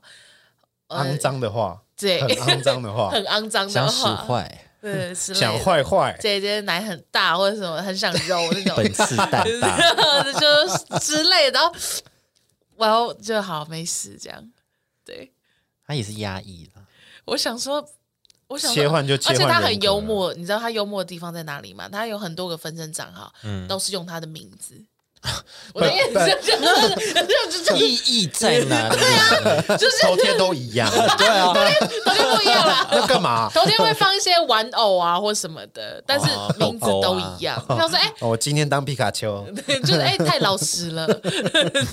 S3: 肮脏的话，
S2: 呃对
S3: 很肮脏的 话，
S2: 很肮脏的
S1: 想使
S2: 话，
S1: 坏，
S2: 对，之类的
S3: 想坏坏，
S2: 姐姐奶很大或者什么很想揉那种，
S1: 本次蛋大，
S2: 就之类的，然后我要就好没事这样。对，
S1: 他也是压抑了，
S2: 我想说，我想说
S3: 切换就切
S2: 而
S3: 换
S2: 且
S3: 人格，
S2: 他很幽默，你知道他幽默的地方在哪里吗？他有很多个分身账号，
S1: 嗯，
S2: 都是用他的名 字。我的意思就是， 就是就是
S1: 意义在哪 里？
S2: 就是
S3: 头贴都一样，
S1: 对啊，
S2: 头天不一样啦。
S3: 要干嘛？
S2: 头天会放一些玩偶啊或什么的，但是名字都一样。他说：“哎、
S3: 哦我今天当皮卡丘，
S2: 对， 就是哎、太老实了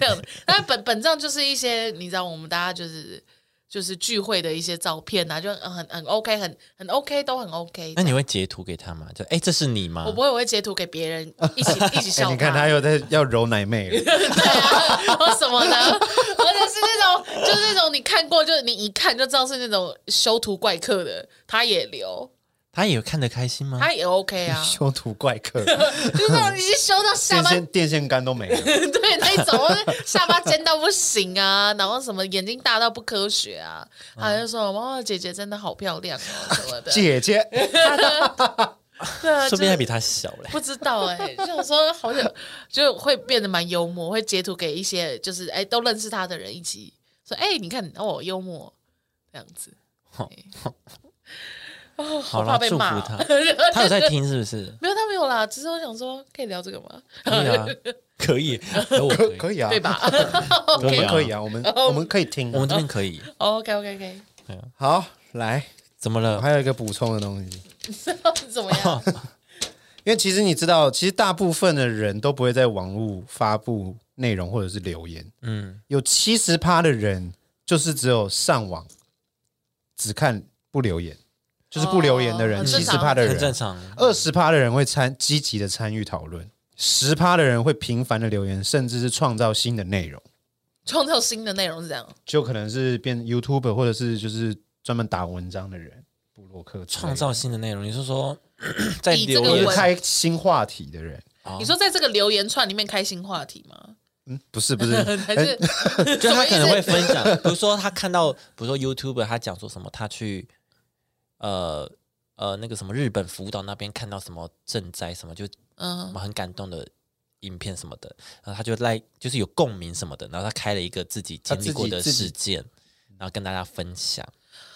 S2: 这样。但本本账就是一些你知道，我们大家就是就是聚会的一些照片啊，就很很很 OK，很很 OK，都很 OK
S3: 哎
S1: 那。你会截图给他吗？就哎，这是你吗
S2: 我？不会，我会截图给别 人一起一起
S3: 哎，
S2: 笑
S3: 你看他又在要揉奶妹了，，
S2: 对啊，或什么的，而且是那种就是那种你看过，就是你一看就知道是那种修图怪客的，他也留，
S1: 他也有看得开心吗？
S2: 他也 OK 啊
S3: 修图怪客，
S2: 就是那种已经修到 下
S3: 电
S2: 巴
S3: 线电线杆都没了，
S2: 对那种，或是下巴尖到不行啊，然后什么眼睛大到不科学啊，
S1: 嗯
S2: 他就说：“哇，姐姐真的好漂亮 哦，什么的。
S3: 姐姐，”
S2: 对啊，
S1: 说
S2: 就
S1: 不定还
S2: 是
S1: 比他小嘞。
S2: 不知道哎、 就想说好像就会变得蛮幽默，会截图给一些就是哎、都认识他的人一起说：“哎、你看哦，幽默这样 子。对”哦，好
S1: 哦好
S2: 怕
S1: 啦，
S2: 被
S1: 祝福
S2: 骂哦。
S1: 他，
S2: ？
S1: 他有在听是不是
S2: 没有，他没有啦。只是我想说，可以聊这个吗？
S1: 可 以啊，可以，可我
S3: 可
S1: 可以，
S3: 可以啊，
S2: 对？吧 哦
S3: 我们可以
S1: 啊，
S3: 啊，我们我们可以听啊
S1: 我。们这边可以。
S2: ？OK OK OK，
S3: 好，来，
S1: 怎么
S3: 我
S1: 了？
S3: 还有一个补充的东西。
S2: 怎么 样？
S3: 因为其实你知道，其实大部分的人都不会在网络发布内容或者是留言，
S1: 嗯，
S3: 有七十趴的人就是只有上网，只看不留言，就是不留言的
S2: 哦
S3: 人，
S2: 很
S3: 七
S2: 正
S3: 十
S2: 常
S3: 趴的
S1: 很正
S3: 人，
S1: 常。
S3: 二十趴的人会参积极的参与讨论，十趴的人会频繁的留言，甚至是创造新的内容，
S2: 创造新的内容是这样。
S3: 就可能是变 YouTuber 或者是就是专门打文章的人，布洛克之类的
S1: 创造新的内容，你是说在
S2: 以这
S1: 留
S2: 个
S3: 或
S1: 言
S3: 者
S2: 文
S3: 是开新话题的人，
S1: 哦
S2: 你说在这个留言串里面开新话题吗？
S3: 嗯，不是 不是，
S2: 还是
S1: 就他可
S2: 什
S1: 能
S2: 么意思
S1: 会分享，比如说 他看到，比如说 YouTuber 他讲说什么，他去呃呃那个什么日本福岛那边看到什么赈灾什么，就什
S2: 嗯
S1: 么很感动的影片什么的，然后他就来就是有共鸣什么的，然后他开了一个自己
S3: 他
S1: 经历
S3: 自
S1: 过
S3: 己
S1: 的
S3: 自己
S1: 事件，然后跟大家分享，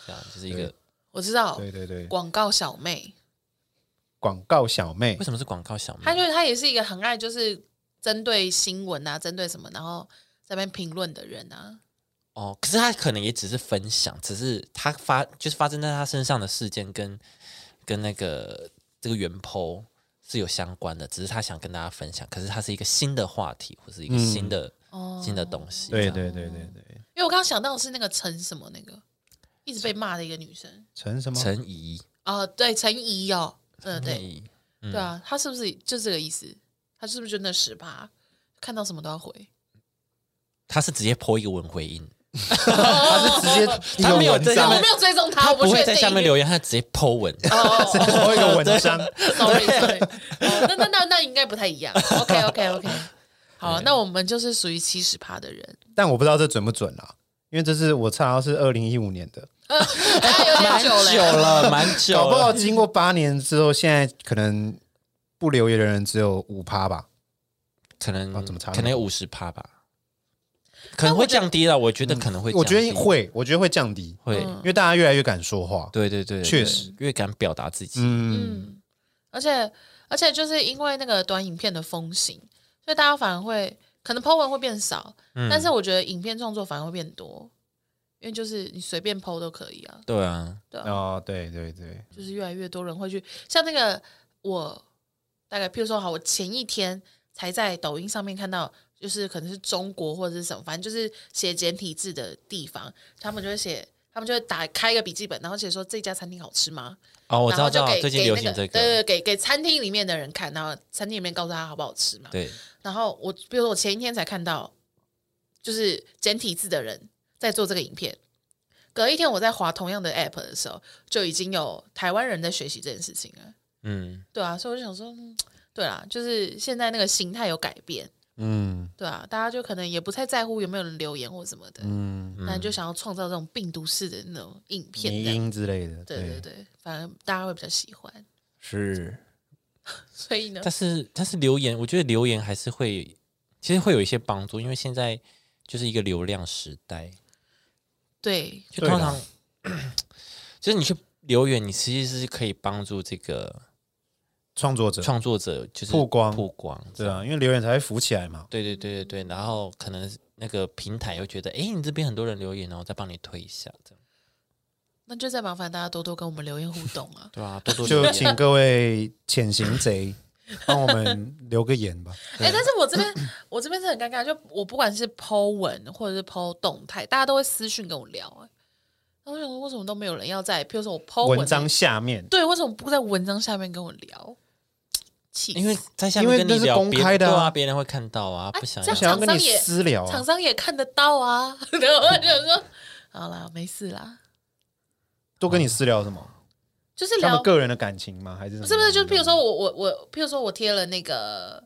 S1: 这样就是一个
S3: 对
S2: 我知道
S3: 对对对，
S2: 广告小妹，
S3: 广告小妹
S1: 为，什么是广告小
S2: 她
S1: 妹？
S2: 就是她也是一个很爱就是针对新闻啊，针对什么，然后在那边评论的人啊。
S1: 哦，可是他可能也只是分享，只是他发就是发生在他身上的事件跟跟那个这个原 po 是有相关的，只是他想跟大家分享。可是它是一个新的话题，或是一个新的、
S2: 哦
S1: 新的东西。
S3: 嗯对
S1: 这样
S3: 对对对对，
S2: 因为我刚刚想到的是那个陈什么那个一直被骂的一个女生
S3: 陈什么？
S1: 陈怡，
S2: 哦，对，陈怡哦，嗯
S1: 陈
S2: 对
S1: 怡，
S2: 对啊，她是不是就这个意思？她是不是就那十八？看到什么都要回，
S1: 他是直接 po 一个文回应，
S3: 他是直 接一
S1: 他
S3: 个
S1: 没有
S3: 文
S1: 在下
S3: 章
S2: 我
S1: 面
S2: 没有追踪她，
S1: 他
S2: 我
S1: 不
S2: 确
S1: 会
S2: 定
S1: 在下面留言，他直接 po 文。
S2: 哦哦哦
S3: 我有一个文章，
S2: sorry sorry，哦那那那那应该不太一样。OK OK OK，好，那我们就是属于七十趴的人，
S3: 但我不知道这准不准啦，因为这是我查到是二零一五年的，
S2: 呃，哎有点
S1: 蛮
S2: 久
S1: 久
S2: 了，哦
S1: 了，蛮久
S3: 搞不好
S1: 了。
S3: 经过八年之后，现在可能不留言的人只有五趴吧。
S1: 可能
S3: 啊怎么查呢
S1: 可能有五十趴吧。可能会降低了，我觉得可能会降低，
S3: 嗯我觉得会，我觉得会降低，
S1: 会，
S2: 嗯
S3: 因为大家越来越敢说话。
S1: 对对对，
S3: 确
S1: 对
S3: 实
S1: 越敢表达自己，
S3: 嗯，
S2: 嗯，而且而且就是因为那个短影片的风行，所以大家反而会可能 Po 文会变少，
S1: 嗯
S2: 但是我觉得影片创作反而会变多，因为就是你随便 Po 都可以啊，
S1: 对啊，
S2: 对啊，
S3: 哦，对对对，
S2: 就是越来越多人会去像那个我大概譬如说好，我前一天才在抖音上面看到。就是可能是中国或者是什么，反正就是写简体字的地方，他们就会写，他们就会打开一个笔记本，然后写说这家餐厅好吃吗？
S1: 哦，我知
S2: 然
S1: 道，
S2: 后
S1: 知
S2: 就
S1: 道，
S2: 给
S1: 最近
S2: 给
S1: 流
S2: 那
S1: 行这
S2: 对对
S1: 个，
S2: 对，给给餐厅里面的人看，然后餐厅里面告诉他好不好吃嘛。
S1: 对，
S2: 然后我比如说我前一天才看到，就是简体字的人在做这个影片，隔一天我在划同样的 app 的时候，就已经有台湾人在学习这件事情了。
S1: 嗯，
S2: 对啊，所以我就想说，嗯对啦，就是现在那个形态有改变，
S3: 嗯
S2: 对啊，大家就可能也不太在乎有没有人留言或什么的，
S3: 嗯，
S2: 那、就想要创造这种病毒式的那种影片
S3: 迷
S2: 这样。
S3: 音之类的，
S2: 对对对，反而大家会比较喜欢。
S1: 是，
S2: 所以呢，
S1: 但是但是留言，我觉得留言还是会，其实会有一些帮助，因为现在就是一个流量时代，
S2: 对，
S1: 就
S3: 对啊
S1: 通
S3: 啦
S1: 常就是你去留言，你其实是可以帮助这个
S3: 创作者
S1: 创作者就是
S3: 曝光
S1: 曝光，
S3: 对啊，因为留言才会浮起来嘛。
S1: 对对对对对，然后可能那个平台又觉得，诶，你这边很多人留言哦，我再帮你推一下，这样。
S2: 那就再麻烦大家多多跟我们留言互动啊
S1: 对啊，多多留
S3: 就
S1: 言
S3: 请各位潜行 贼帮我们留个言吧。
S2: 哎、但是我这边我这边是很尴尬，就我不管是 Po 文或者是 Po 动态，大家都会私讯跟我聊、哎，那我想说为什么都没有人要在，譬如说哦我 Po 文
S3: 文章下面，
S2: 对，为什么不在文章下面跟我聊？气死，
S1: 因为在下
S3: 因
S1: 面
S3: 为
S1: 跟
S3: 那
S1: 你
S3: 是
S1: 聊，
S3: 公
S1: 别人
S3: 开的
S1: 对
S3: 啊
S1: 啊，别人会看到啊，不想
S2: 这
S1: 要
S2: 样
S3: 想要跟你
S2: 厂商也
S3: 私聊啊
S2: 厂，商也看得到啊。 然后我就想说，好啦，没事啦，
S3: 多跟你私聊什么？
S2: 就是
S3: 他
S2: 聊
S3: 们个人的感情吗？还是什么
S2: 是不是？就譬如说我我我，譬如说我贴了那个，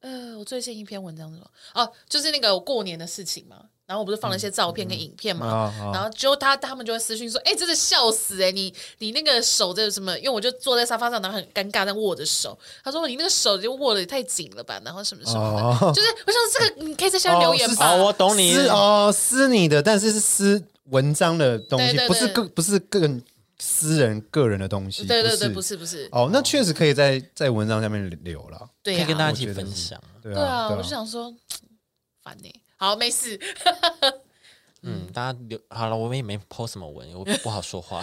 S2: 呃，我最近一篇文章是什么？哦，就是那个我过年的事情嘛。然后我不是放了一些照片跟影片嘛，
S3: 啊啊
S2: 然后就他他们就会私讯说，哎、真的笑死哎、你你那个手这什么？因为我就坐在沙发上，然后很尴尬在握着手。他说你那个手就握的也太紧了吧，然后什么什么的，
S3: 哦
S2: 就是我想这个嗯你可以在下面 留言吧。
S1: 哦，我懂你，
S3: 私哦私你的，但是是私文章的东西，
S2: 对对对
S3: 不是个不是个私人个人的东西，
S2: 对对对，
S3: 不
S2: 不。是不是，
S3: 哦，那确实可以在在文章下面留了，
S2: 对
S1: 可以
S2: 呀、
S1: 跟大家一
S2: 啊，
S1: 起
S3: 我觉得
S1: 分
S3: 是
S1: 享啊。
S3: 对
S2: 对
S3: 啊，
S2: 啊，
S3: 对
S2: 我就想说烦呢、好，没事，
S1: 嗯，大家留好了，我们也没 po 什么文， 我不好说话，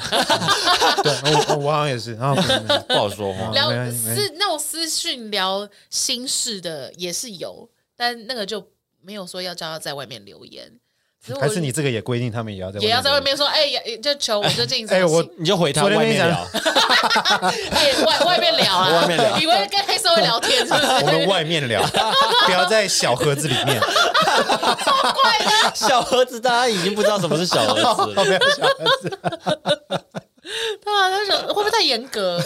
S3: 对，我我我好像也 是，然后可能
S1: 不好说话。
S2: 聊
S3: 哦没关系没
S2: 私那种私讯聊心事的也是有，但那个就没有说要叫他在外面留言， 只
S3: 还
S2: 我
S3: 是你这个也规定他们也要在
S2: 也要在
S3: 留
S2: 外面说，哎、呀，就求我最近
S3: 哎
S2: 什么
S3: 我
S2: 事
S1: 你就回他
S3: 昨
S1: 外面
S3: 天跟你讲
S1: 聊，
S2: 哎、 外外面聊啊，
S1: 外面聊
S2: 以为跟黑社会聊天是不是？
S3: 我们外面 聊，不要在小盒子里面。
S1: 小盒子，大家已经不知道什么是 小盒子
S3: 哦
S1: 了。
S3: 没有小盒子
S2: 对啊，他想会不会太严格？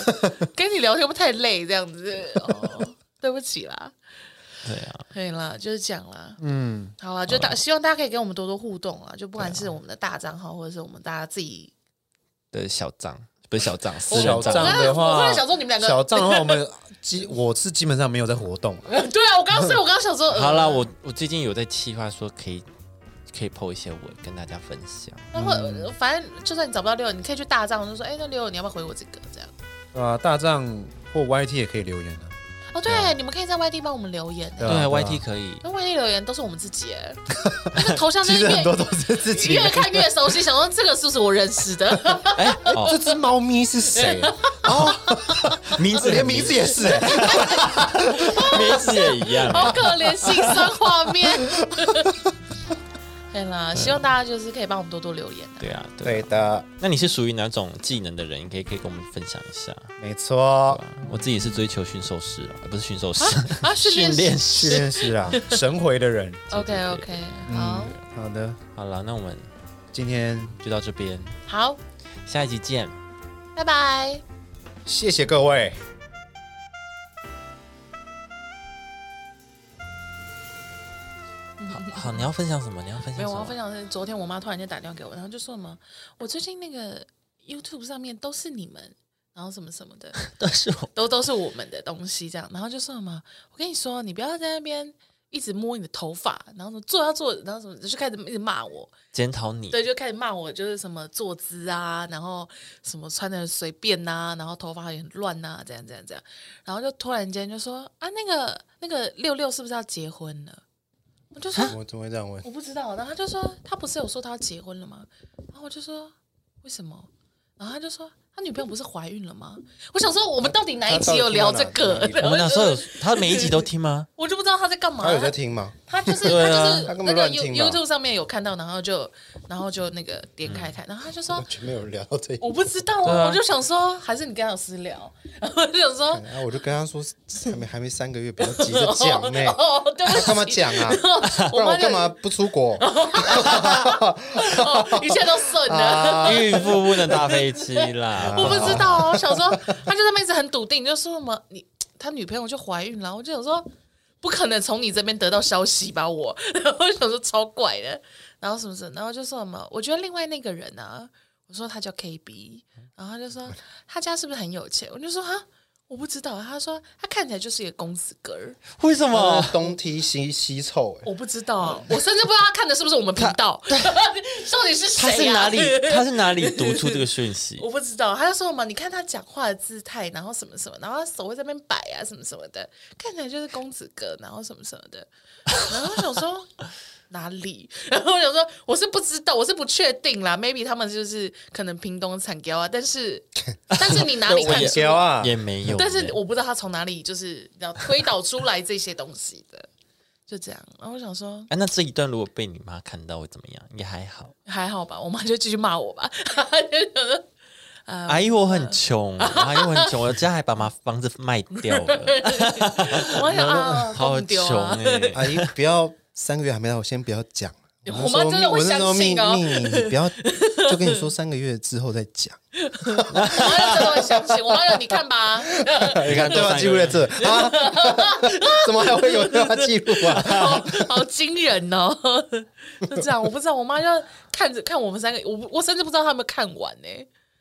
S2: 跟你聊天会不会太累？这样子，哦，对不起啦，
S1: 对啊，
S2: 可以啦，就是这样啦。
S3: 嗯，
S2: 好啦，就大希望大家可以跟我们多多互动啊，就不管是我们的大账号，或者是我们大家自己。
S1: 对小账不是小账，私
S3: 我
S1: 人
S3: 小账
S1: 账，
S2: 我刚才
S3: 的话
S2: 我刚才想说你们两个
S3: 小账的话，我们基我是基本上没有在活 动，
S2: 对啊，我刚刚所以我刚刚想说，呃
S1: 好啦，我我最近有在计划说可以可以 po 一些文跟大家分享。
S2: 然后呃反正就算你找不到六，你可以去大账，就说，哎，那六你要不要回我这个？这样
S3: 对吧？啊大账或 YT 也可以留言啊，
S2: 哦，对，你们可以在外地帮我们留言欸，
S3: 对
S1: 对
S3: 啊对啊
S1: ，YT 可 以。
S2: 那外地留言都是我们自己欸， 那个头像
S3: 其
S2: 那
S3: 实
S2: 个
S3: 很多
S2: 越
S3: 都是自己
S2: 越看越熟悉，想说这个是不是我认识的？
S1: 哎，
S3: 这
S1: 哦，
S3: 只猫咪是谁？ 哦，
S1: 名字
S3: 连名字也是哎、
S1: 名字也一样。
S2: 好可怜，心酸画面。 对啦，
S1: 嗯
S2: 希望大家就是可以帮我们多多留言啊。
S1: 对啊，对
S3: 对
S1: 啊。
S3: 的，
S1: 那你是属于哪种技能的人？你可以可以跟我们分享一下。
S3: 没错
S1: 对，啊我自己是追求驯兽师啊，不是驯兽师，
S2: 啊，训练
S1: 训练
S2: 师
S3: 训练师啊，神回的人。
S2: OK OK，好
S1: 嗯
S3: 好的，
S1: 好了，那我们
S3: 今天
S1: 就到这边，
S2: 好，
S1: 下一集见。
S2: 拜拜。
S3: 谢谢各位。
S1: 好，好，你要分享什么？你要分享什
S2: 没有，
S1: 么？
S2: 我要分享的是昨天我妈突然间打电话给我，然后就说什么我最近那个 YouTube 上面都是你们，然后什么什么的，
S1: 但是我
S2: 都都是我们的东西这样，然后就说什么我跟你说，你不要在那边。一直摸你的头发，然后什么坐要坐，然后什么就开始一直骂我，
S1: 检讨你，
S2: 对，就开始骂我，就是什么坐姿啊，然后什么穿的随便呐、然后头发也很乱呐、这样这样这样，然后就突然间就说啊，那个那个六六是不是要结婚了？我就说
S3: 我怎么会这样问？
S2: 我不知道，然后他就说他不是有说他要结婚了吗？然后我就说为什么？然后他就说他女朋友不是怀孕了吗？我想说我们到底哪一集有聊这个
S3: 他到底听到哪？
S1: 我们那时候有
S2: 然
S1: 他
S2: 后就
S1: 每一集都听吗？
S2: 我就不知道他在干嘛。
S3: 他有在听吗？
S2: 他 就是、
S1: 对啊
S2: 他
S3: 他
S2: 就是
S3: 根
S2: 那
S3: 本
S2: 个
S3: 乱
S2: You
S3: 听吧
S2: YouTube 上面有看到，然后就然后就那个点开看，然后他就说
S3: 完全没有聊到这一
S2: 我不知道、啊，
S1: 对啊
S2: 我就想说还是你跟他有私聊， 然后我就想说
S3: 然啊后我就跟他说，还没还没三个月，不要急着 讲呢。
S2: 哦，对不起，
S3: 干 嘛讲啊？不然
S2: 妈
S3: 我
S2: 就
S3: 干嘛不出国
S2: 哦，一切都顺了。
S3: 啊？
S1: 孕妇不能搭飞机 啦，
S2: 我不知道啊，我想说，他就在那边一直很笃定，就说什么你他女朋友就怀孕了，我就想说不可能从你这边得到消息吧，我， 然后我想说超怪的，然后什么什么，然后就说什么，我觉得另外那个人啊，我说他叫 KB，然后他就说他家是不是很有钱，我就说哈。我不知道，他说他看起来就是一个公子哥儿，
S1: 为什么？
S2: 哦啊
S3: 东踢西西凑，哎
S2: 我不知道， 我甚至不知道他看的是不是我们频道， 到底是谁、
S1: 他
S2: 啊？
S1: 是 哪里？他是哪里读出这个讯息？
S2: 我不知道，他就说嘛，你看他讲话的姿态，然后什么什么，然后他手会在那边摆啊，什么什么的，看起来就是公子哥，然后什么什么的。然后我想说哪里？然后我想说我是不知道，我是不确定啦，maybe 他们就是可能屏东产胶啊，但是但是你哪里看
S3: 我
S2: 出？
S3: 屌啊！
S1: 也没有耶，
S2: 但是我不知道他从哪里就是要推导出来这些东西的，就这样。然后我想说，
S1: 哎、那这一段如果被你妈看到会怎么样？也还好。
S2: 还好吧，我妈就继续骂 我吧，就想说啊
S1: 阿姨，我很穷，阿姨我很穷，我家还把妈房子卖掉 了，
S2: 我想啊，
S1: 好穷
S2: 疯丢 啊。
S1: 哎、
S3: 阿姨不要三个月还没到，我先不要讲。
S2: 我妈真的会
S3: 我那时候
S2: 相信
S3: 命
S2: 哦
S3: 命你，你不要就跟你说三个月之后再讲。
S2: 我妈就真的会相信，我妈就你看吧，
S1: 你看
S3: 对吧？记录在这啊？ 怎么还会有对话记录啊？
S2: 好好惊人哦， 就这样。我不知道，我妈就看着看我们三个，我不我甚至不知道她有没有看完呢、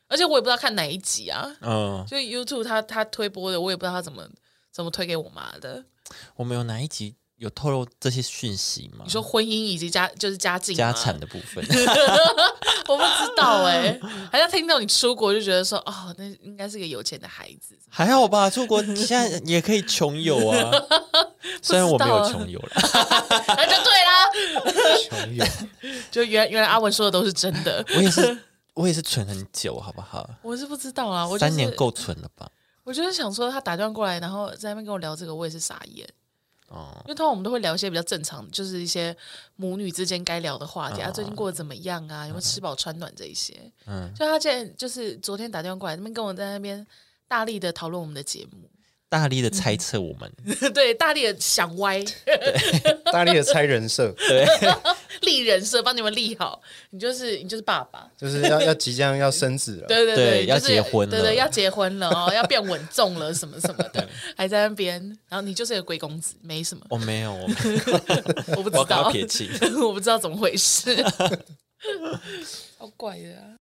S2: 而且我也不知道看哪一集啊。
S1: 嗯，
S2: 就 YouTube 她她推播的，我也不知道她怎么怎么推给我妈的。
S1: 我们有哪一集有透露这些讯息吗？
S2: 你说婚姻以及家就是家境
S1: 哦家
S2: 吗
S1: 产，的部分，
S2: 我不知道哎、还是听到你出国就觉得说哦，那应该是个有钱的孩子。
S1: 还好吧？出国你现在也可以穷游 啊，虽然我没有穷游了，
S2: 那就对啦，
S3: 穷游，
S2: 就原原来阿文说的都是真的，
S1: 我也是，我也是存很久，好不好？
S2: 我是不知道啊，我、就是、
S1: 三年够存了吧？
S2: 我就是想说，他打电话过来，然后在那边跟我聊这个，我也是傻眼。
S1: 哦
S2: 因为通常我们都会聊一些比较正常，就是一些母女之间该聊的话题啊，最近过得怎么样啊，有没有吃饱穿暖这一些。嗯，就他竟然就是昨天打电话过来，那边跟我在那边大力的讨论我们的节目，
S1: 大力的猜测我们，
S2: 对，大力的想歪
S3: 大力的猜人设，
S2: 立人设，帮你们立好，你就是你就是爸爸，
S3: 就是要要即将要生子了。
S2: 对对
S1: 对
S2: 就
S1: 要
S2: 是
S1: 结婚
S2: 对对，
S1: 了
S2: 要结婚了哦，要变稳重了什么什么 的，还在那边，然后你就是个龟公子，没什么，
S1: 我、哦没有， 我没有
S2: 我不知
S1: 我要跟
S2: 道
S1: 他，撇清。
S2: 我不知道怎么回事，好怪的、啊。